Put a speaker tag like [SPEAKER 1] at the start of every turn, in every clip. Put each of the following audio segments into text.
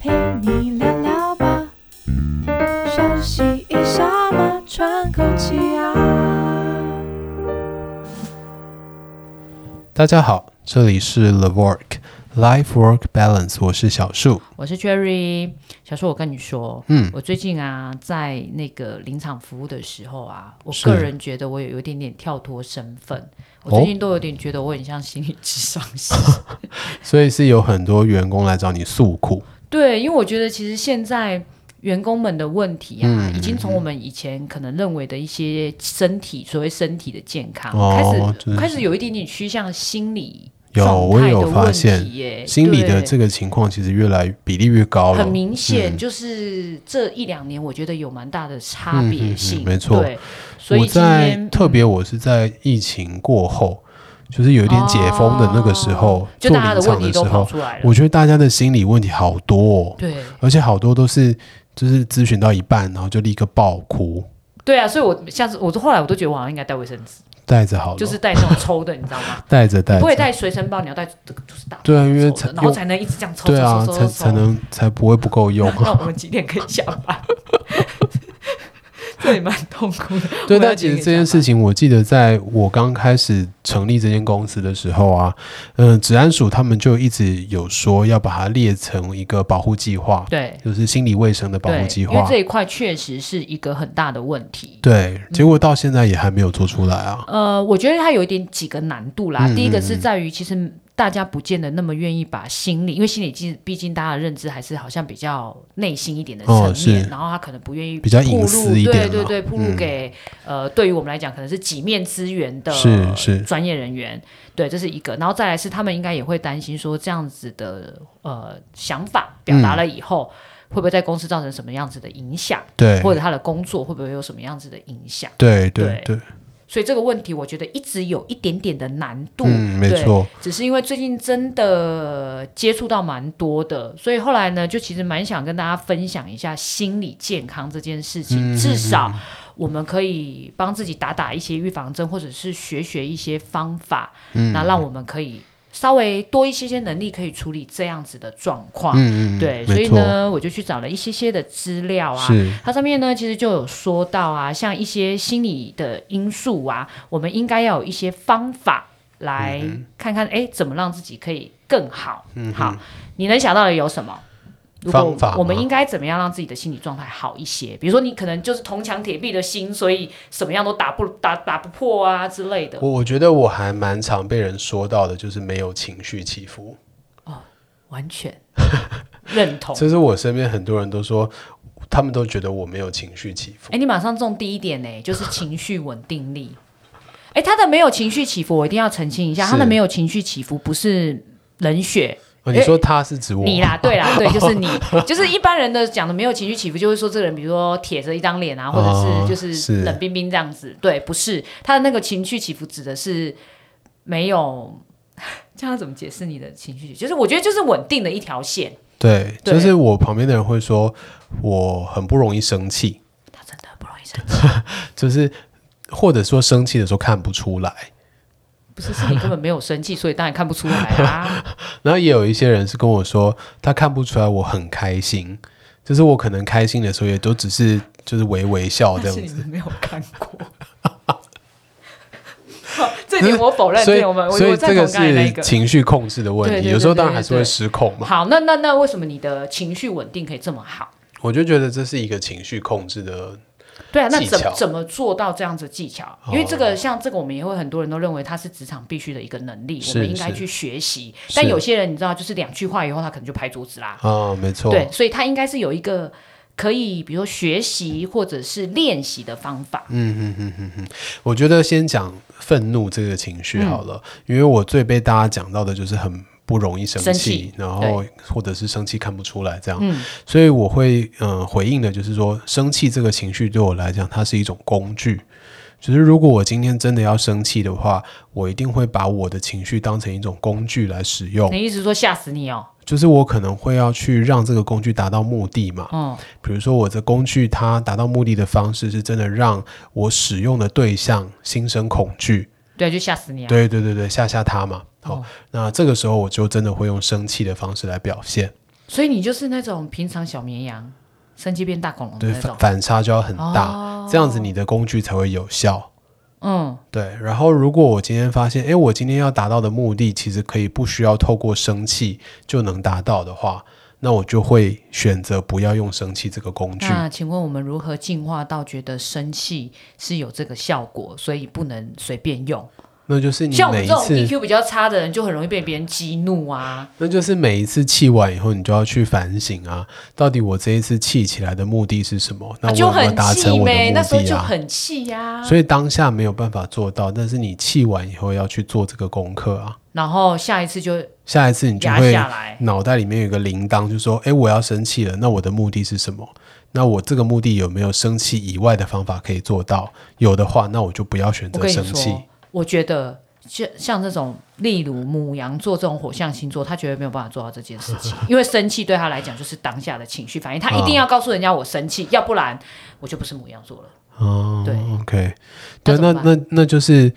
[SPEAKER 1] 陪你聊聊吧，休息一下嘛，喘口气啊。
[SPEAKER 2] 大家好，这里是 The Work Life Work Balance，我是小树。
[SPEAKER 3] 我是 Cherry，小叔，我跟你说，
[SPEAKER 2] 嗯，
[SPEAKER 3] 我最近啊，在那个临场服务的时候啊，我
[SPEAKER 2] 是哦
[SPEAKER 3] 个人觉得我有有一点点跳脱身份，我最近都有点觉得我很像心理智商 师。
[SPEAKER 2] 所以是有很多员工来找你诉苦，
[SPEAKER 3] 对，因为我觉得其实现在员工们的问题啊，
[SPEAKER 2] 嗯
[SPEAKER 3] 已经从我们以前可能认为的一些身体所谓身体的健康，
[SPEAKER 2] 哦
[SPEAKER 3] 开
[SPEAKER 2] 就是
[SPEAKER 3] 始开始有一点点趋向心理
[SPEAKER 2] 有
[SPEAKER 3] 状
[SPEAKER 2] 我
[SPEAKER 3] 态
[SPEAKER 2] 有
[SPEAKER 3] 的
[SPEAKER 2] 发
[SPEAKER 3] 问
[SPEAKER 2] 现
[SPEAKER 3] 题耶
[SPEAKER 2] 心理的
[SPEAKER 3] 哎对
[SPEAKER 2] 这个情况其实越来比例越高了
[SPEAKER 3] 很。明显，
[SPEAKER 2] 嗯
[SPEAKER 3] 就是这一两年，我觉得有蛮大的差别
[SPEAKER 2] 嗯
[SPEAKER 3] 性，
[SPEAKER 2] 嗯嗯没错
[SPEAKER 3] 对，所以
[SPEAKER 2] 我
[SPEAKER 3] 今
[SPEAKER 2] 在
[SPEAKER 3] 天嗯
[SPEAKER 2] 特别我是在疫情过后，就是有一点解封的那个时候
[SPEAKER 3] 哦，就
[SPEAKER 2] 做
[SPEAKER 3] 大家的
[SPEAKER 2] 临场
[SPEAKER 3] 问
[SPEAKER 2] 的
[SPEAKER 3] 题
[SPEAKER 2] 时
[SPEAKER 3] 都跑
[SPEAKER 2] 候，
[SPEAKER 3] 出来了
[SPEAKER 2] 我。觉得大家的心理问题好多、哦，
[SPEAKER 3] 对
[SPEAKER 2] 而且好多都是就是咨询到一半，然后就立刻爆哭，
[SPEAKER 3] 对啊，所以我下次我后来我都觉得我好像应该带卫生纸，
[SPEAKER 2] 带着好了，
[SPEAKER 3] 就是带那种抽的，你知道吗？
[SPEAKER 2] 带着带
[SPEAKER 3] 不
[SPEAKER 2] 着
[SPEAKER 3] 会，带随身包，你要带就是大包
[SPEAKER 2] 对啊，因为
[SPEAKER 3] 抽
[SPEAKER 2] 才
[SPEAKER 3] 的，然后
[SPEAKER 2] 用
[SPEAKER 3] 才能一直这样抽抽
[SPEAKER 2] 对啊，
[SPEAKER 3] 抽抽
[SPEAKER 2] 才
[SPEAKER 3] 抽
[SPEAKER 2] 才
[SPEAKER 3] 抽。
[SPEAKER 2] 能才不会不够用啊。
[SPEAKER 3] 那我们几点可以下班？ 这也蛮痛苦的。
[SPEAKER 2] 对，
[SPEAKER 3] 我要
[SPEAKER 2] 但其
[SPEAKER 3] 几
[SPEAKER 2] 实这
[SPEAKER 3] 点下
[SPEAKER 2] 件
[SPEAKER 3] 班
[SPEAKER 2] 事情，我记得在我刚开始成立这间公司的时候啊，嗯、治安署他们就一直有说要把它列成一个保护计划，
[SPEAKER 3] 对
[SPEAKER 2] 就是心理卫生的保护
[SPEAKER 3] 对，
[SPEAKER 2] 计
[SPEAKER 3] 因为
[SPEAKER 2] 划
[SPEAKER 3] 这。一块确实是一个很大的问题。
[SPEAKER 2] 对，结果到现在也还没有做出来啊。
[SPEAKER 3] 呃，我觉得它有一点几个难度啦。
[SPEAKER 2] 嗯
[SPEAKER 3] 第一
[SPEAKER 2] 嗯
[SPEAKER 3] 个是在于，其实大家不见得那么愿意把心理，因为心理毕毕竟大家的认知还是好像比较内心一点的层
[SPEAKER 2] 哦
[SPEAKER 3] 面，
[SPEAKER 2] 是
[SPEAKER 3] 然后他可能不愿意
[SPEAKER 2] 比较
[SPEAKER 3] 暴
[SPEAKER 2] 隐
[SPEAKER 3] 露
[SPEAKER 2] 私一点
[SPEAKER 3] 对对
[SPEAKER 2] 啦
[SPEAKER 3] 对，铺路
[SPEAKER 2] 嗯
[SPEAKER 3] 给、呃，对于我们来讲可能是几面资源的
[SPEAKER 2] 是是
[SPEAKER 3] 专业人员，对，这是一个。然后再来是他们应该也会担心说这样子的呃想法表达了以后。会不会在公司造成什么样子的影响，
[SPEAKER 2] 嗯对，
[SPEAKER 3] 或者他的工作会不会有什么样子的影响？
[SPEAKER 2] 对对对，
[SPEAKER 3] 所以这个问题，我觉得一直有一点点的难度。
[SPEAKER 2] 嗯，没
[SPEAKER 3] 对
[SPEAKER 2] 错，
[SPEAKER 3] 只是因为最近真的接触到蛮多的，所以后来呢，就其实蛮想跟大家分享一下心理健康这件事情。
[SPEAKER 2] 嗯
[SPEAKER 3] 至少我们可以帮自己打打一些预防针，或者是学学一些方法，
[SPEAKER 2] 嗯
[SPEAKER 3] 那让我们可以稍微多一些些能力，可以处理这样子的状况。
[SPEAKER 2] 嗯嗯，嗯
[SPEAKER 3] 对，所
[SPEAKER 2] 没
[SPEAKER 3] 以
[SPEAKER 2] 错，
[SPEAKER 3] 呢，我就去找了一些些的资料啊，
[SPEAKER 2] 是
[SPEAKER 3] 它上面呢，其实就有说到啊，像一些心理的因素啊，我们应该要有一些方法来看看，哎、怎么让自己可以更好。
[SPEAKER 2] 嗯
[SPEAKER 3] 好，你能想到的有什么？如果
[SPEAKER 2] 方法吗
[SPEAKER 3] 我们应该怎么样让自己的心理状态好一些？比如说，你可能就是铜墙铁壁的心，所以什么样都打不打打不破啊之类的。
[SPEAKER 2] 我我觉得我还蛮常被人说到的，就是没有情绪起伏。
[SPEAKER 3] 完全 认同。
[SPEAKER 2] 其实我身边很多人都说，他们都觉得我没有情绪起伏
[SPEAKER 3] 哎、。你马上中第一点呢、就是情绪稳定力。哎、他的没有情绪起伏，我一定要澄清一下，
[SPEAKER 2] 是
[SPEAKER 3] 他的没有情绪起伏不是冷血，
[SPEAKER 2] 哦你说他是指我？
[SPEAKER 3] 你啦，对啦，对，就是 你，就是一般人的讲的没有情绪起伏，就是说这个人，比如说铁着一张脸啊，或
[SPEAKER 2] 哦
[SPEAKER 3] 者是就是是冷冰冰这样子。对，不是他的那个情绪起伏指的是没有，这样要怎么解释你的情绪？就是我觉得就是稳定的一条线，
[SPEAKER 2] 对，
[SPEAKER 3] 对
[SPEAKER 2] 就是我旁边的人会说我很不容易生气，
[SPEAKER 3] 他真的很不容易生气，
[SPEAKER 2] 就是或者说生气的时候看不出来。
[SPEAKER 3] 不是是你根本没有生气，所以当然看不出来啊。
[SPEAKER 2] 然后也有一些人是跟我说，他看不出来我很开心，就是我可能开心的时候也都只是就是微微笑这
[SPEAKER 3] 但是
[SPEAKER 2] 样
[SPEAKER 3] 你
[SPEAKER 2] 子。
[SPEAKER 3] 们没有看过。 好这点我否认，
[SPEAKER 2] 所
[SPEAKER 3] 这
[SPEAKER 2] 以
[SPEAKER 3] 点我们，我
[SPEAKER 2] 所以
[SPEAKER 3] 我
[SPEAKER 2] 这
[SPEAKER 3] 赞
[SPEAKER 2] 个
[SPEAKER 3] 同刚才那一
[SPEAKER 2] 是
[SPEAKER 3] 个。
[SPEAKER 2] 情绪控制的问题，
[SPEAKER 3] 对对对
[SPEAKER 2] 有时候
[SPEAKER 3] 对
[SPEAKER 2] 当然
[SPEAKER 3] 对
[SPEAKER 2] 还是会
[SPEAKER 3] 对
[SPEAKER 2] 失控嘛。
[SPEAKER 3] 好，那那那为什么你的情绪稳定可以这么好？
[SPEAKER 2] 我就觉得这是一个情绪控制的，
[SPEAKER 3] 对啊，那
[SPEAKER 2] 技
[SPEAKER 3] 怎
[SPEAKER 2] 巧哦
[SPEAKER 3] 怎么做到这样子技巧？因为这个像这个，我们也会很多人都认为它是职场必须的一个能力，我
[SPEAKER 2] 是
[SPEAKER 3] 们应该
[SPEAKER 2] 是
[SPEAKER 3] 去学习。
[SPEAKER 2] 是
[SPEAKER 3] 但有些人你知道，就是两句话以后，他可能就拍桌子啦。
[SPEAKER 2] 啊，没错，
[SPEAKER 3] 对，所以他应该是有一个可以，比如说学习或者是练习的方法。
[SPEAKER 2] 嗯我觉得先讲愤怒这个情绪好了，因为我最被大家讲到的就是很不容易生气，
[SPEAKER 3] 生气
[SPEAKER 2] 然后或者是生气看不出来这样，所以我会嗯、呃回应的就是说，生气这个情绪对我来讲，它是一种工具。就是如果我今天真的要生气的话，我一定会把我的情绪当成一种工具来使用。
[SPEAKER 3] 你意思说吓死你哦？
[SPEAKER 2] 就是我可能会要去让这个工具达到目的嘛，
[SPEAKER 3] 嗯，
[SPEAKER 2] 比如说我的工具它达到目的的方式是真的让我使用的对象心生恐惧，
[SPEAKER 3] 对，就吓死你啊！
[SPEAKER 2] 对对对对，吓吓他嘛。好、
[SPEAKER 3] 哦
[SPEAKER 2] 那这个时候我就真的会用生气的方式来表现。
[SPEAKER 3] 所以你就是那种平常小绵羊，生气变大恐龙的
[SPEAKER 2] 对，
[SPEAKER 3] 哦那种哦
[SPEAKER 2] 反。反差就要很大，这样子你的工具才会有效。
[SPEAKER 3] 嗯，
[SPEAKER 2] 对，然后如果我今天发现，诶，我今天要达到的目的，其实可以不需要透过生气就能达到的话，那我就会选择不要用生气这个工具。
[SPEAKER 3] 那请问我们如何进化到觉得生气是有这个效果，所以不能随便用？
[SPEAKER 2] 那就是你
[SPEAKER 3] 像
[SPEAKER 2] 嗯
[SPEAKER 3] 我
[SPEAKER 2] 每
[SPEAKER 3] 们
[SPEAKER 2] 一
[SPEAKER 3] 这种
[SPEAKER 2] 次，
[SPEAKER 3] EQ 比较差的人，就很容易被别人激怒啊。
[SPEAKER 2] 那就是每一次气完以后，你就要去反省啊，到底我这一次气起来的目的是什么？那我
[SPEAKER 3] 啊就
[SPEAKER 2] 有没有
[SPEAKER 3] 很
[SPEAKER 2] 达
[SPEAKER 3] 气
[SPEAKER 2] 成我的
[SPEAKER 3] 呗，那时候
[SPEAKER 2] 目的
[SPEAKER 3] 就
[SPEAKER 2] 啊？
[SPEAKER 3] 很气呀、
[SPEAKER 2] 所以当下没有办法做到，但是你气完以后要去做这个功课啊。
[SPEAKER 3] 然后下一次就
[SPEAKER 2] 下一次你就
[SPEAKER 3] 压
[SPEAKER 2] 会
[SPEAKER 3] 下来。
[SPEAKER 2] 脑袋里面有一个铃铛，就说：“诶，我要生气了，那我的目的是什么？那我这个目的有没有生气以外的方法可以做到？有的话，那我就不要选
[SPEAKER 3] 我
[SPEAKER 2] 择
[SPEAKER 3] 跟你
[SPEAKER 2] 生气
[SPEAKER 3] 说。，我觉得就像这种，例如母羊座这种火象星座，他绝对没有办法做到这件事 情，因为生气对他来讲就是当下的情绪反应，他一定
[SPEAKER 2] 啊
[SPEAKER 3] 要告诉人家我生气，要不然我就不是母羊座了。
[SPEAKER 2] 哦，
[SPEAKER 3] 对
[SPEAKER 2] ，OK，
[SPEAKER 3] 那
[SPEAKER 2] 对，
[SPEAKER 3] 怎么
[SPEAKER 2] 那
[SPEAKER 3] 办
[SPEAKER 2] 那那就是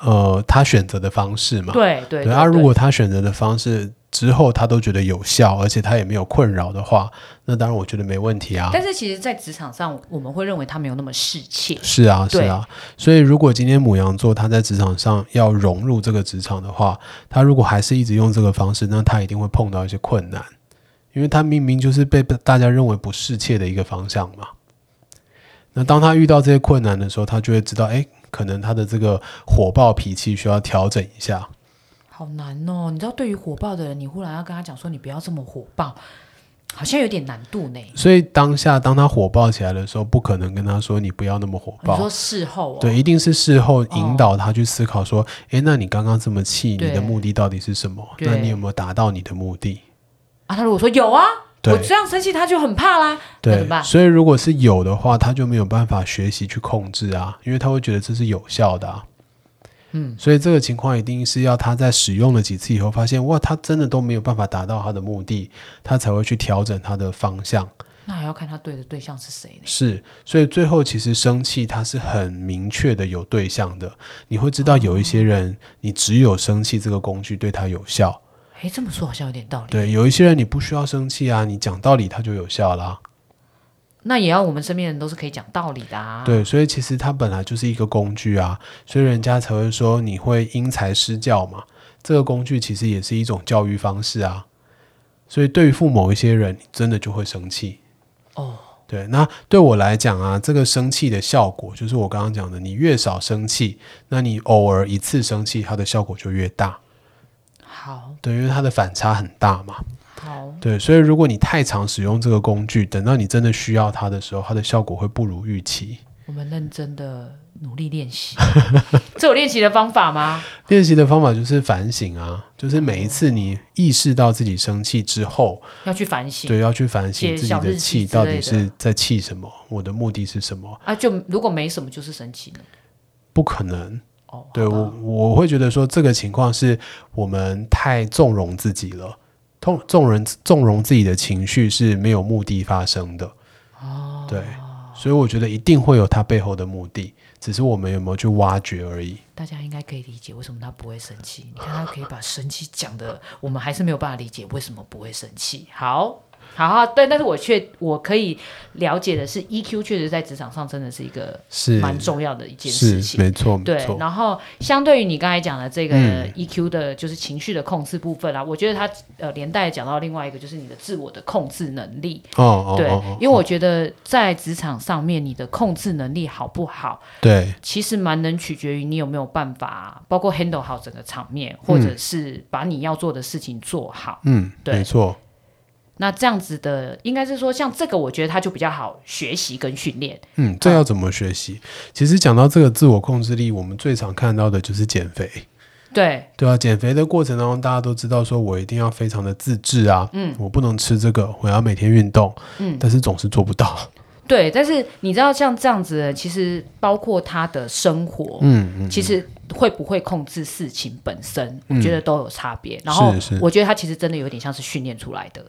[SPEAKER 2] 呃，他选择的方式嘛。
[SPEAKER 3] 对对
[SPEAKER 2] 对，他、啊如果他选择的方式之后他都觉得有效，而且他也没有困扰的话，那当然我觉得没问题啊。
[SPEAKER 3] 但是其实，在职场上，我们会认为他没有那么世切。
[SPEAKER 2] 是啊，是
[SPEAKER 3] 对
[SPEAKER 2] 啊。所以如果今天母羊座他在职场上要融入这个职场的话，他如果还是一直用这个方式，那他一定会碰到一些困难，因为他明明就是被大家认为不适切的一个方向嘛。那当他遇到这些困难的时候，他就会知道，哎，可能他的这个火爆脾气需要调整一下。
[SPEAKER 3] 好难哦！你知道，对于火爆的人，你忽然要跟他讲说你不要这么火爆，好像有点难度呢。
[SPEAKER 2] 所以当下当他火爆起来的时候，不可能跟他说你不要那么火
[SPEAKER 3] 你
[SPEAKER 2] 爆，
[SPEAKER 3] 说事后哦，
[SPEAKER 2] 对，一定是事
[SPEAKER 3] 哦
[SPEAKER 2] 后引导他去思考说，诶，那你刚刚这么气，你
[SPEAKER 3] 对
[SPEAKER 2] 的目的到底是什么？那
[SPEAKER 3] 对
[SPEAKER 2] 你有没有达到你的目的？
[SPEAKER 3] 啊，他如果说有啊，
[SPEAKER 2] 对
[SPEAKER 3] 我这样生气，他就很怕啦。那怎
[SPEAKER 2] 对
[SPEAKER 3] 么，办？
[SPEAKER 2] 所以如果是有的话，他就没有办法学习去控制啊，因为他会觉得这是有效的、啊。嗯，所以这个情况一定是要他在使用了几次以后，发现哇，他真的都没有办法达到他的目的，他才会去调整他的方向。
[SPEAKER 3] 那还要看他对的对象是谁呢？
[SPEAKER 2] 是，所以最后其实生气它是很明确的有对象的，你会知道有一些人，你只有生气这个工具对他有效，
[SPEAKER 3] 哎，这么说好像有点道理。
[SPEAKER 2] 对，有一些人你不需要生气啊，你讲道理他就有效啦。
[SPEAKER 3] 那也要我们身边人都是可以讲道理的啊。，
[SPEAKER 2] 对，所以其实它本来就是一个工具啊，所以人家才会说你会因材施教嘛。这个工具其实也是一种教育方式啊。所以对付某一些人，你真的就会生气。
[SPEAKER 3] 哦，
[SPEAKER 2] 对，那对我来讲啊，这个生气的效果就是我刚刚讲的，你越少生气，那你偶尔一次生气，它的效果就越大。
[SPEAKER 3] 好
[SPEAKER 2] 对，因为它的反差很大嘛。
[SPEAKER 3] 好，
[SPEAKER 2] 对，所以如果你太常使用这个工具，等到你真的需要它的时候，它的效果会不如预期。
[SPEAKER 3] 我们认真的努力练习。 这有练习的方法吗？
[SPEAKER 2] 练习的方法就是反省啊，就是每一次你意识到自己生气之后，
[SPEAKER 3] 要去反省。
[SPEAKER 2] 对，要去反省
[SPEAKER 3] 写
[SPEAKER 2] 自己
[SPEAKER 3] 小
[SPEAKER 2] 的
[SPEAKER 3] 日
[SPEAKER 2] 气
[SPEAKER 3] 记之
[SPEAKER 2] 到
[SPEAKER 3] 类
[SPEAKER 2] 底
[SPEAKER 3] 的
[SPEAKER 2] 是在气什么，我的目的是什么，
[SPEAKER 3] 啊，就如果没什么，就是生气呢。
[SPEAKER 2] 不可能。
[SPEAKER 3] 哦，
[SPEAKER 2] 对我我会觉得说这个情况是我们太纵容自己了，纵纵容纵容自己的情绪是没有目的发生的。哦，对，所以我觉得一定会有它背后的目的，只是我们有没有去挖掘而已。
[SPEAKER 3] 大家应该可以理解为什么他不会生气。你看他可以把生气讲的，我们还是没有办法理解为什么不会生气。好，好好，对，但是我却我可以了解的是，EQ 确实在职场上真的是一个
[SPEAKER 2] 是
[SPEAKER 3] 蛮重要的一件事
[SPEAKER 2] 是
[SPEAKER 3] 情。
[SPEAKER 2] 没错没
[SPEAKER 3] 对，
[SPEAKER 2] 错，
[SPEAKER 3] 然后相对于你刚才讲的这个
[SPEAKER 2] 嗯
[SPEAKER 3] EQ 的，就是情绪的控制部分啊，我觉得它呃连带讲到另外一个，就是你的自我的控制能力。
[SPEAKER 2] 哦哦
[SPEAKER 3] 对
[SPEAKER 2] 哦，，
[SPEAKER 3] 因为我觉得在职场上面，你的控制能力好不好，
[SPEAKER 2] 对
[SPEAKER 3] 其实蛮能取决于你有没有办法，包括 handle 好整个场面，或者是把你要做的事情做好。
[SPEAKER 2] 嗯
[SPEAKER 3] 对
[SPEAKER 2] 没错
[SPEAKER 3] 那这样子的，应该是说像这个，我觉得它就比较好学习跟训练。
[SPEAKER 2] 嗯，这要怎么学习？其实讲到这个自我控制力，我们最常看到的就是减肥。
[SPEAKER 3] 对，
[SPEAKER 2] 对啊，减肥的过程当中，大家都知道，说我一定要非常的自制啊，嗯，我不能吃这个，我要每天运动，嗯，但是总是做不到，
[SPEAKER 3] 对，但是你知道像这样子的，其实包括他的生活，
[SPEAKER 2] 嗯嗯，
[SPEAKER 3] 其实会不会控制事情本身，我觉得都有差别。然
[SPEAKER 2] 是
[SPEAKER 3] 后
[SPEAKER 2] 是
[SPEAKER 3] 我觉得他其实真的有点像是训练出来的。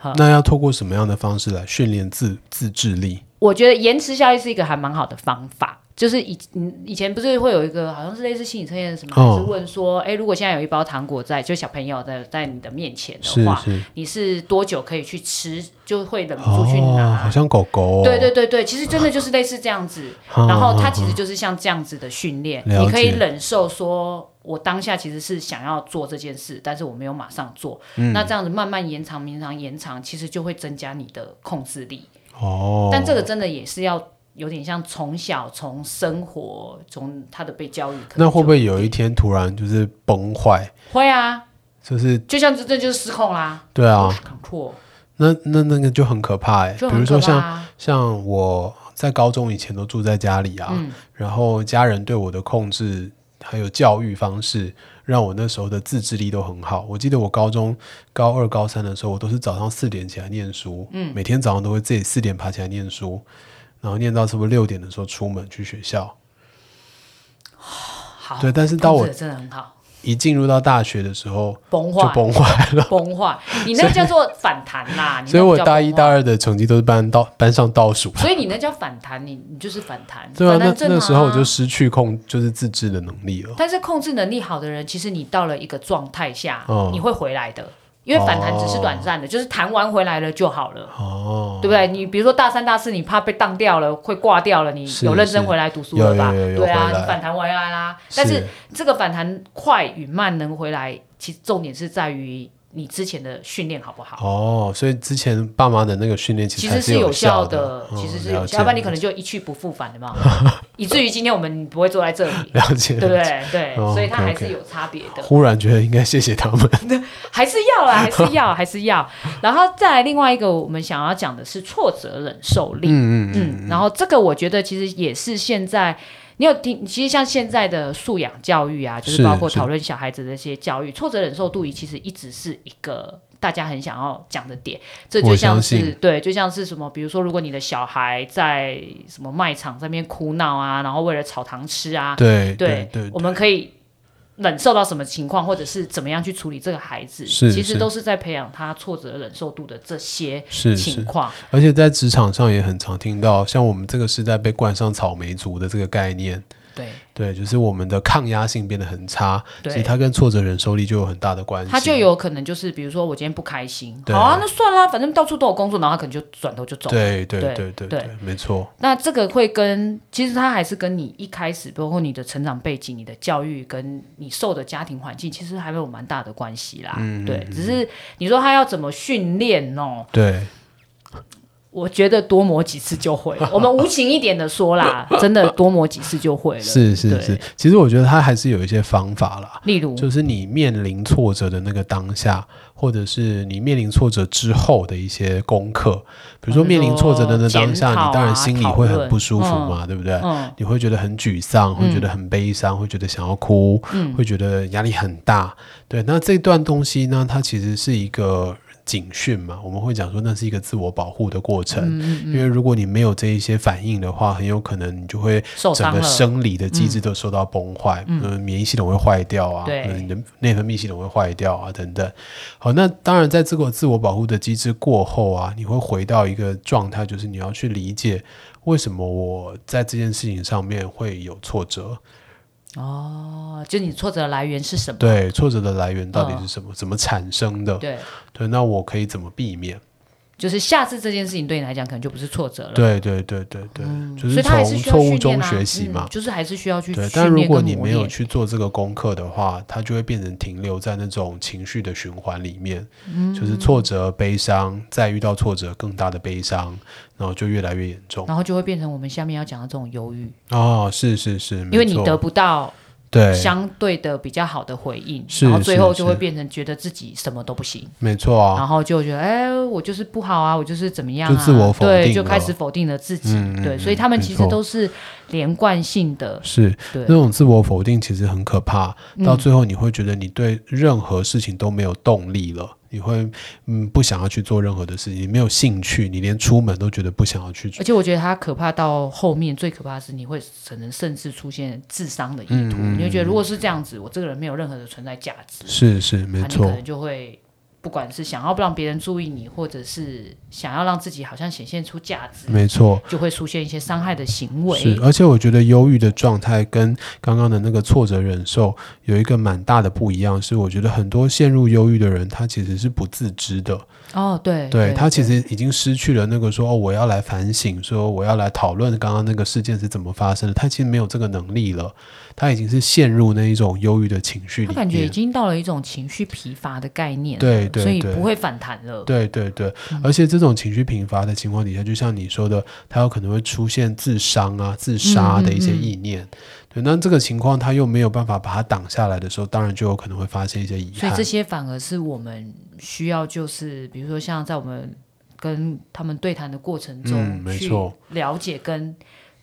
[SPEAKER 3] 好
[SPEAKER 2] 那要透过什么样的方式来训练自自制力？
[SPEAKER 3] 我觉得延迟效应是一个还蛮好的方法。就是以嗯以前不是会有一个好像是类似心理测验什么，
[SPEAKER 2] 哦
[SPEAKER 3] 是问说，哎，如果现在有一包糖果在，就小朋友在在你的面前
[SPEAKER 2] 是
[SPEAKER 3] 的话，
[SPEAKER 2] 是
[SPEAKER 3] 你是多久可以去吃，就会忍不住去
[SPEAKER 2] 哦，
[SPEAKER 3] 拿。
[SPEAKER 2] 好像狗狗、哦，
[SPEAKER 3] 对对对对，其实真的就是类似这样子。
[SPEAKER 2] 哈，
[SPEAKER 3] 然后它
[SPEAKER 2] 他
[SPEAKER 3] 其实就是像这样子的训练，
[SPEAKER 2] 哦了解
[SPEAKER 3] 你可以忍受说，我当下其实是想要做这件事，但是我没有马上做。
[SPEAKER 2] 嗯
[SPEAKER 3] 那这样子慢慢延长、延长、延长，其实就会增加你的控制力。
[SPEAKER 2] 哦，
[SPEAKER 3] 但这个真的也是要有点像从小从生活从他的被教育，可能
[SPEAKER 2] 那会不
[SPEAKER 3] 就
[SPEAKER 2] 会有一天突然就是崩坏？
[SPEAKER 3] 会啊？
[SPEAKER 2] 就是
[SPEAKER 3] 就像这这就是失控啦，
[SPEAKER 2] 对啊，
[SPEAKER 3] ，control
[SPEAKER 2] 那那那个就很可怕哎、
[SPEAKER 3] 就
[SPEAKER 2] 比
[SPEAKER 3] 很
[SPEAKER 2] 如说
[SPEAKER 3] 可怕
[SPEAKER 2] 像
[SPEAKER 3] 啊。
[SPEAKER 2] 像我在高中以前都住在家里啊，
[SPEAKER 3] 嗯
[SPEAKER 2] 然后家人对我的控制还有教育方式，让我那时候的自制力都很好。我记得我高中高二、高三的时候，我都是早上四点起来念书，
[SPEAKER 3] 嗯
[SPEAKER 2] 每天早上都会自己四点爬起来念书，然后念到差不多六点的时候出门去学校。
[SPEAKER 3] 好，
[SPEAKER 2] 对，但是到
[SPEAKER 3] 哦控
[SPEAKER 2] 我
[SPEAKER 3] 制得真的很好，
[SPEAKER 2] 一进入到大学的时候
[SPEAKER 3] 崩
[SPEAKER 2] 就
[SPEAKER 3] 坏
[SPEAKER 2] 崩坏 了。
[SPEAKER 3] 崩坏，你那叫做反弹啦。你那
[SPEAKER 2] 所以我
[SPEAKER 3] 不叫
[SPEAKER 2] 大一、
[SPEAKER 3] 崩
[SPEAKER 2] 大
[SPEAKER 3] 坏，
[SPEAKER 2] 二的成绩都是班倒班上倒 数，
[SPEAKER 3] 所以你那叫反弹，你你就是反弹，
[SPEAKER 2] 对啊，
[SPEAKER 3] 反
[SPEAKER 2] 那
[SPEAKER 3] 弹正
[SPEAKER 2] 那时候我就
[SPEAKER 3] 常啊
[SPEAKER 2] 失去控，就是自制的能力了。
[SPEAKER 3] 但是控制能力好的人，其实你到了一个状态下，
[SPEAKER 2] 嗯
[SPEAKER 3] 你会回来的，因为反弹只是短暂的，
[SPEAKER 2] 哦
[SPEAKER 3] 就是弹完回来了就好了。哦，对不对？你比如说大三、大四，你怕被当掉了，会挂掉了，你
[SPEAKER 2] 是
[SPEAKER 3] 有认真回来读书了吧？
[SPEAKER 2] 有有有有
[SPEAKER 3] 对啊，
[SPEAKER 2] 回来
[SPEAKER 3] 你反弹回来啦。但是这个反弹快与慢能回来，其实重点是在于你之前的训练好不好。
[SPEAKER 2] 哦，所以之前爸妈的那个训练其
[SPEAKER 3] 其
[SPEAKER 2] 实还
[SPEAKER 3] 实是
[SPEAKER 2] 有
[SPEAKER 3] 效
[SPEAKER 2] 的，嗯
[SPEAKER 3] 其实是
[SPEAKER 2] 了
[SPEAKER 3] 有
[SPEAKER 2] 解
[SPEAKER 3] 效，要不然你可能就一去不复返的嘛， 以至于今天我们不会坐在这 里，
[SPEAKER 2] 了解，
[SPEAKER 3] 对不对？对，
[SPEAKER 2] 哦
[SPEAKER 3] 所以它还
[SPEAKER 2] OK，OK
[SPEAKER 3] 是有差别的。
[SPEAKER 2] 忽然觉得应该谢谢他们。
[SPEAKER 3] 还是要啦，还是要，还是要。然后再来另外一个，我们想要讲的是挫折忍受力。
[SPEAKER 2] 嗯
[SPEAKER 3] 嗯，然后这个我觉得其实也是现在，你有听，其实像现在的素养教育啊，就是
[SPEAKER 2] 是
[SPEAKER 3] 包括
[SPEAKER 2] 是
[SPEAKER 3] 讨论小孩子的一些教育，挫折忍受度其实一直是一个大家很想要讲的点。这就
[SPEAKER 2] 我
[SPEAKER 3] 像
[SPEAKER 2] 相
[SPEAKER 3] 是
[SPEAKER 2] 信
[SPEAKER 3] 对，就像是什么，比如说如果你的小孩在什么卖场上面哭闹啊，然后为了炒糖吃 啊，
[SPEAKER 2] 对
[SPEAKER 3] 对
[SPEAKER 2] 对，
[SPEAKER 3] 我们可以忍受到什么情况，或者是怎么样去处理这个孩子，
[SPEAKER 2] 是
[SPEAKER 3] 其实
[SPEAKER 2] 是
[SPEAKER 3] 都是在培养他挫折忍受度的这些
[SPEAKER 2] 是
[SPEAKER 3] 情
[SPEAKER 2] 是，
[SPEAKER 3] 况。
[SPEAKER 2] 而且在职场上也很常听到，像我们这个时代被冠上草莓族的这个概念，
[SPEAKER 3] 对，
[SPEAKER 2] 对，就是我们的抗压性变得很差，
[SPEAKER 3] 对
[SPEAKER 2] 所以它跟挫折忍受力就有很大的关系。
[SPEAKER 3] 他就有可能就是，比如说我今天不开心，
[SPEAKER 2] 对
[SPEAKER 3] 好啊，那算啦，反正到处都有工作，然后他可能就转头就走。
[SPEAKER 2] 对对
[SPEAKER 3] 对
[SPEAKER 2] 对对
[SPEAKER 3] 对
[SPEAKER 2] 对，没错，
[SPEAKER 3] 那这个会跟其实他还是跟你一开始，包括你的成长背景、你的教育跟你受的家庭环境，其实还有蛮大的关系啦。
[SPEAKER 2] 嗯
[SPEAKER 3] 对，只是你说他要怎么训练哦，
[SPEAKER 2] 对，
[SPEAKER 3] 我觉得多磨几次就会了。我们无情一点的说啦，真的多磨几次就会了。
[SPEAKER 2] 是是
[SPEAKER 3] 对
[SPEAKER 2] 是，，其实我觉得它还是有一些方法啦。
[SPEAKER 3] 例如，
[SPEAKER 2] 就是你面临挫折的那个当下，或者是你面临挫折之后的一些功课。比如说
[SPEAKER 3] 比
[SPEAKER 2] 面
[SPEAKER 3] 如
[SPEAKER 2] 临挫折的那
[SPEAKER 3] 说
[SPEAKER 2] 当下，
[SPEAKER 3] 检讨啊
[SPEAKER 2] 你当然心里会
[SPEAKER 3] 讨
[SPEAKER 2] 很
[SPEAKER 3] 论
[SPEAKER 2] 不舒服
[SPEAKER 3] 嗯
[SPEAKER 2] 嘛，对不对？
[SPEAKER 3] 嗯，
[SPEAKER 2] 你会觉得很沮丧，会觉得很悲伤，会觉得想要哭，
[SPEAKER 3] 嗯
[SPEAKER 2] 会觉得压力很大。对，那这段东西呢，它其实是一个警讯嘛，我们会讲说那是一个自我保护的过程，
[SPEAKER 3] 嗯
[SPEAKER 2] 因为如果你没有这一些反应的话，很有可能你就会
[SPEAKER 3] 受
[SPEAKER 2] 整
[SPEAKER 3] 伤
[SPEAKER 2] 个
[SPEAKER 3] 了，嗯
[SPEAKER 2] 生理的机制都受到崩坏，嗯、免疫系统会坏掉啊，
[SPEAKER 3] 对
[SPEAKER 2] 可能你的内分泌系统会坏掉啊，等等。好，那当然，在这个自我保护的机制过后啊，你会回到一个状态，就是你要去理解为什么我在这件事情上面会有挫折，
[SPEAKER 3] 嗯哦，就你挫折的来源是什么？
[SPEAKER 2] 对，挫折的来源到底是什么，怎么产生的？
[SPEAKER 3] 嗯对，
[SPEAKER 2] 对，那我可以怎么避免？
[SPEAKER 3] 就是下次这件事情对你来讲可能就不是挫折了。
[SPEAKER 2] 对，对，对，对，对，就
[SPEAKER 3] 嗯所
[SPEAKER 2] 是
[SPEAKER 3] 以他还
[SPEAKER 2] 从
[SPEAKER 3] 是需要
[SPEAKER 2] 错
[SPEAKER 3] 训
[SPEAKER 2] 误
[SPEAKER 3] 练
[SPEAKER 2] 中
[SPEAKER 3] 啊
[SPEAKER 2] 学习
[SPEAKER 3] 嗯
[SPEAKER 2] 嘛。
[SPEAKER 3] 就是还是需要去训
[SPEAKER 2] 对
[SPEAKER 3] 练，
[SPEAKER 2] 但如果
[SPEAKER 3] 跟
[SPEAKER 2] 你
[SPEAKER 3] 磨
[SPEAKER 2] 没有
[SPEAKER 3] 练
[SPEAKER 2] 去做这个功课的话，它就会变成停留在那种情绪的循环里面，
[SPEAKER 3] 嗯
[SPEAKER 2] 就是挫折、悲伤，再遇到挫折更大的悲伤，然后就越来越严重。
[SPEAKER 3] 然后就会变成我们下面要讲的这种忧郁，
[SPEAKER 2] 哦，是是是，没
[SPEAKER 3] 因为你
[SPEAKER 2] 错
[SPEAKER 3] 得不到
[SPEAKER 2] 对，
[SPEAKER 3] 相对的比较好的回应，
[SPEAKER 2] 是
[SPEAKER 3] 然后最
[SPEAKER 2] 是
[SPEAKER 3] 后就会
[SPEAKER 2] 是
[SPEAKER 3] 变成觉得自己什么都不行。
[SPEAKER 2] 没错啊，
[SPEAKER 3] 然后就觉得，哎，我就是不好啊，我就是怎么样、啊，
[SPEAKER 2] 就自我否定
[SPEAKER 3] 对，就
[SPEAKER 2] 了
[SPEAKER 3] 开始否定了自己，
[SPEAKER 2] 嗯嗯
[SPEAKER 3] 对，
[SPEAKER 2] 嗯
[SPEAKER 3] 所以他们
[SPEAKER 2] 没
[SPEAKER 3] 其实
[SPEAKER 2] 错
[SPEAKER 3] 都是连贯性的，
[SPEAKER 2] 是
[SPEAKER 3] 对嗯
[SPEAKER 2] 那，种自我否定其实很可怕，到最后你会觉得你对任何事情都没有动力了，你会嗯不想要去做任何的事情，你没有兴趣，你连出门都觉得不想要去
[SPEAKER 3] 而且我觉得它可怕到后面最可怕的是，你会可能甚至出现智商的意
[SPEAKER 2] 嗯
[SPEAKER 3] 图，你会觉得如果是这样子，我这个人没有任何的存在价值，
[SPEAKER 2] 是是，没
[SPEAKER 3] 啊，你
[SPEAKER 2] 错
[SPEAKER 3] 可，能就会不管是想要让别人注意你，或者是想要让自己好像显现出价值，
[SPEAKER 2] 没错。
[SPEAKER 3] 就会出现一些伤害的行
[SPEAKER 2] 是
[SPEAKER 3] 为，。
[SPEAKER 2] 而且我觉得忧郁的状态跟刚刚的那个挫折忍受有一个蛮大的不一样，是我觉得很多陷入忧郁的人，他其实是不自知的，
[SPEAKER 3] 哦，对，
[SPEAKER 2] 对他其实已经失去了那个说哦，我要来反省，说我要来讨论刚刚那个事件是怎么发生的，他其实没有这个能力了，他已经是陷入那一种忧郁的情绪
[SPEAKER 3] 他
[SPEAKER 2] 里
[SPEAKER 3] 感觉已
[SPEAKER 2] 面。
[SPEAKER 3] 经到了一种情绪疲乏的概念了，
[SPEAKER 2] 对对
[SPEAKER 3] 所以
[SPEAKER 2] 对
[SPEAKER 3] 不会反弹了。
[SPEAKER 2] 对对对，
[SPEAKER 3] 嗯
[SPEAKER 2] 而且这种情绪频发的情况底下，就像你说的，他有可能会出现自伤啊、自杀的一些
[SPEAKER 3] 嗯嗯嗯
[SPEAKER 2] 意念。对，那这个情况他又没有办法把它挡下来的时候，当然就有可能会发生一些遗
[SPEAKER 3] 所以
[SPEAKER 2] 憾
[SPEAKER 3] 这。些反而是我们需要，就是比如说像在我们跟他们对谈的过程
[SPEAKER 2] 嗯
[SPEAKER 3] 中，
[SPEAKER 2] 没
[SPEAKER 3] 去
[SPEAKER 2] 错
[SPEAKER 3] 了解跟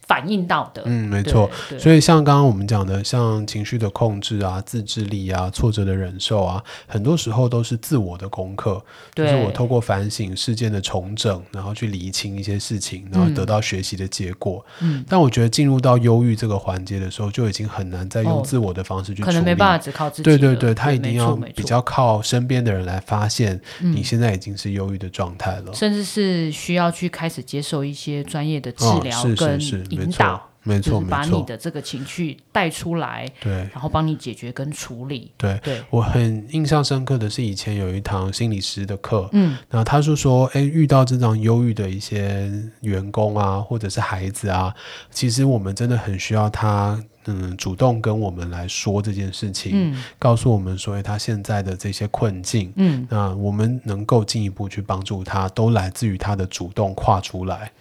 [SPEAKER 3] 反映到的，
[SPEAKER 2] 嗯，没
[SPEAKER 3] 对，
[SPEAKER 2] 错。
[SPEAKER 3] 对，
[SPEAKER 2] 所以，像刚刚我们讲的，像情绪的控制啊、自制力啊、挫折的忍受啊，很多时候都是自我的功课，就是
[SPEAKER 3] 对
[SPEAKER 2] 我透过反省事件的重整，然后去理清一些事情，然后得到学习的结果。
[SPEAKER 3] 嗯，
[SPEAKER 2] 但我觉得进入到忧郁这个环节的时候，就已经很难再用
[SPEAKER 3] 哦
[SPEAKER 2] 自我的方式去处
[SPEAKER 3] 可
[SPEAKER 2] 理。
[SPEAKER 3] 能没办法只靠自己
[SPEAKER 2] 对
[SPEAKER 3] 了。
[SPEAKER 2] 对对，他一
[SPEAKER 3] 没
[SPEAKER 2] 定
[SPEAKER 3] 错
[SPEAKER 2] 要
[SPEAKER 3] 没
[SPEAKER 2] 比
[SPEAKER 3] 错
[SPEAKER 2] 较靠身边的人来发现你
[SPEAKER 3] 嗯
[SPEAKER 2] 现在已经是忧郁的状态了。
[SPEAKER 3] 甚至是需要去开始接受一些专业的治
[SPEAKER 2] 哦
[SPEAKER 3] 疗
[SPEAKER 2] 是
[SPEAKER 3] 跟
[SPEAKER 2] 是是，没
[SPEAKER 3] 引
[SPEAKER 2] 错
[SPEAKER 3] 导，，
[SPEAKER 2] 没
[SPEAKER 3] 就
[SPEAKER 2] 错，
[SPEAKER 3] 是把
[SPEAKER 2] 没
[SPEAKER 3] 你
[SPEAKER 2] 错，
[SPEAKER 3] 的这个情绪带出来，
[SPEAKER 2] 对
[SPEAKER 3] 然后帮你解决跟处 理。
[SPEAKER 2] 对。
[SPEAKER 3] 对，
[SPEAKER 2] 我很印象深刻的是，以前有一堂心理师的课，
[SPEAKER 3] 嗯，
[SPEAKER 2] 然后他是说，哎，遇到这种忧郁的一些员工啊，或者是孩子啊，其实我们真的很需要他，嗯，主动跟我们来说这件事情，
[SPEAKER 3] 嗯
[SPEAKER 2] 告诉我们说，哎，他现在的这些困境，
[SPEAKER 3] 嗯，
[SPEAKER 2] 那我们能够进一步去帮助他，都来自于他的主动跨出来。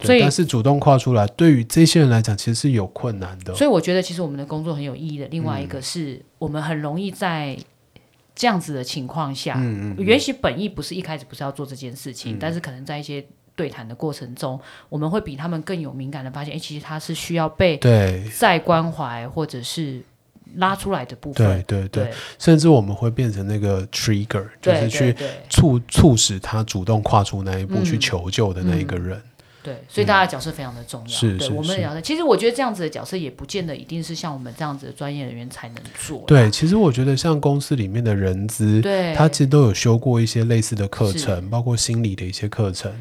[SPEAKER 3] 所
[SPEAKER 2] 对，
[SPEAKER 3] 以
[SPEAKER 2] 但是主动跨出来，对于这些人来讲，其实是有困难的。
[SPEAKER 3] 所以我觉得其实我们的工作很有意义的。另外
[SPEAKER 2] 嗯
[SPEAKER 3] 一个是我们很容易在这样子的情况下，
[SPEAKER 2] 嗯嗯嗯，嗯
[SPEAKER 3] 也许本意不是一开始不是要做这件事情，但是可能在一些对谈的过程中，我们会比他们更有敏感的发现，哎、其实他是需要被
[SPEAKER 2] 对
[SPEAKER 3] 再关怀或者是拉出来的部
[SPEAKER 2] 对
[SPEAKER 3] 分。
[SPEAKER 2] 对对，
[SPEAKER 3] 对
[SPEAKER 2] 甚至我们会变成那个 trigger，就是
[SPEAKER 3] 对
[SPEAKER 2] 去
[SPEAKER 3] 对对
[SPEAKER 2] 促促使他主动跨出那一步
[SPEAKER 3] 嗯
[SPEAKER 2] 去求救的那一个人。
[SPEAKER 3] 对，所以大家的角色非常的重要。
[SPEAKER 2] 嗯是
[SPEAKER 3] 对
[SPEAKER 2] 是
[SPEAKER 3] 我们的
[SPEAKER 2] 是
[SPEAKER 3] 角色，其实我觉得这样子的角色也不见得一定是像我们这样子的专业人员才能做啦。
[SPEAKER 2] 对，其实我觉得像公司里面的人资，
[SPEAKER 3] 对，
[SPEAKER 2] 他其实都有修过一些类似的课
[SPEAKER 3] 是
[SPEAKER 2] 程，包括心理的一些课程。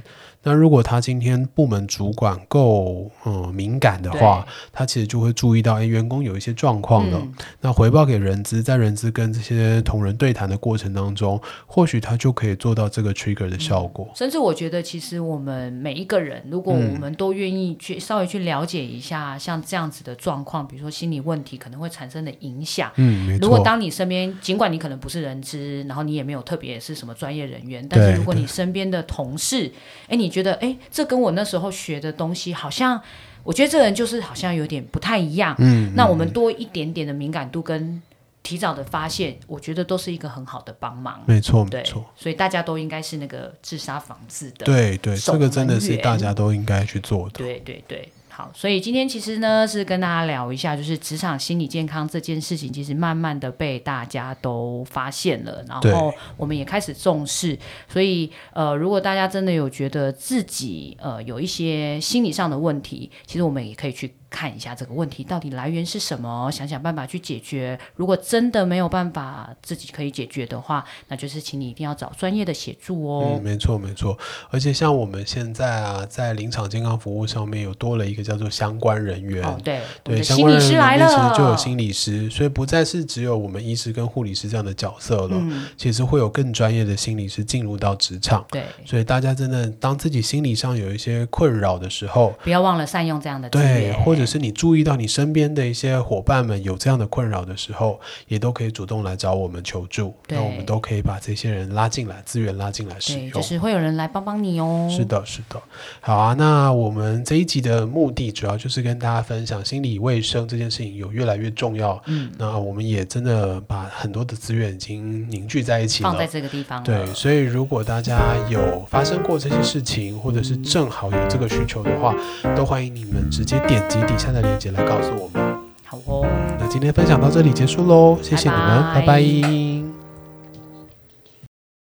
[SPEAKER 2] 那如果他今天部门主管够嗯敏感的话，他其实就会注意到，哎，员工有一些状况了。
[SPEAKER 3] 嗯
[SPEAKER 2] 那回报给人资，在人资跟这些同仁对谈的过程当中，或许他就可以做到这个 trigger 的效果。
[SPEAKER 3] 甚至我觉得，其实我们每一个人，如果
[SPEAKER 2] 嗯
[SPEAKER 3] 我们都愿意去稍微去了解一下，像这样子的状况，比如说心理问题可能会产生的影响。
[SPEAKER 2] 嗯，没
[SPEAKER 3] 如果
[SPEAKER 2] 错，
[SPEAKER 3] 当你身边，尽管你可能不是人资，然后你也没有特别是什么专业人员，但是如果你身边的同事，哎，你觉得哎，这跟我那时候学的东西好像，我觉得这人就是好像有点不太一样。
[SPEAKER 2] 嗯，
[SPEAKER 3] 那我们多一点点的敏感度跟提早的发现，我觉得都是一个很好的帮忙。
[SPEAKER 2] 没错，没
[SPEAKER 3] 对
[SPEAKER 2] 错。，
[SPEAKER 3] 所以大家都应该是那个自杀防治的。
[SPEAKER 2] 对对，
[SPEAKER 3] 守
[SPEAKER 2] 这个真的
[SPEAKER 3] 门
[SPEAKER 2] 是
[SPEAKER 3] 员
[SPEAKER 2] 大家都应该去做的。
[SPEAKER 3] 对对对好，所以今天其实呢是跟大家聊一下，就是职场心理健康这件事情，其实慢慢的被大家都发现了，然
[SPEAKER 2] 对
[SPEAKER 3] 后我们也开始重视。所以呃，如果大家真的有觉得自己呃有一些心理上的问题，其实我们也可以去看一下这个问题到底来源是什么，想想办法去解决。如果真的没有办法自己可以解决的话，那就是请你一定要找专业的协助哦。
[SPEAKER 2] 嗯，没错没错，而且像我们现在啊，在临场健康服务上面有多了一个叫做相关人员，
[SPEAKER 3] 哦，对，我们
[SPEAKER 2] 对，
[SPEAKER 3] 的
[SPEAKER 2] 相
[SPEAKER 3] 心
[SPEAKER 2] 关
[SPEAKER 3] 理
[SPEAKER 2] 人
[SPEAKER 3] 师
[SPEAKER 2] 员
[SPEAKER 3] 来
[SPEAKER 2] 里面其
[SPEAKER 3] 了，
[SPEAKER 2] 实就有心理师，所以不再是只有我们医师跟护理师这样的角色了，
[SPEAKER 3] 嗯
[SPEAKER 2] 其实会有更专业的心理师进入到职场，
[SPEAKER 3] 对，
[SPEAKER 2] 所以大家真的当自己心理上有一些困扰的时候。
[SPEAKER 3] 不要忘了善用这样的资
[SPEAKER 2] 对，
[SPEAKER 3] 源，
[SPEAKER 2] 或者是你注意到你身边的一些伙伴们有这样的困扰的时候，也都可以主动来找我们求助，那我
[SPEAKER 3] 对
[SPEAKER 2] 们都可以把这些人拉进来，资源拉进来使
[SPEAKER 3] 对，
[SPEAKER 2] 用。
[SPEAKER 3] 就是会有人来帮帮你哦。
[SPEAKER 2] 是，的，是的，好啊。那我们这一集的目的主要就是跟大家分享心理卫生这件事情有越来越重要。
[SPEAKER 3] 嗯，
[SPEAKER 2] 那我们也真的把很多的资源已经凝聚在一起
[SPEAKER 3] 放
[SPEAKER 2] 了
[SPEAKER 3] 在。这个地方了，
[SPEAKER 2] 对，所以如果大家有发生过这些事情，或者是正好有这个需求的话，都欢迎你们直接点击底下的链接来告诉我们。
[SPEAKER 3] 好哦。
[SPEAKER 2] 那今天分享到这里结束喽，谢谢你们，
[SPEAKER 3] 拜拜
[SPEAKER 2] 拜拜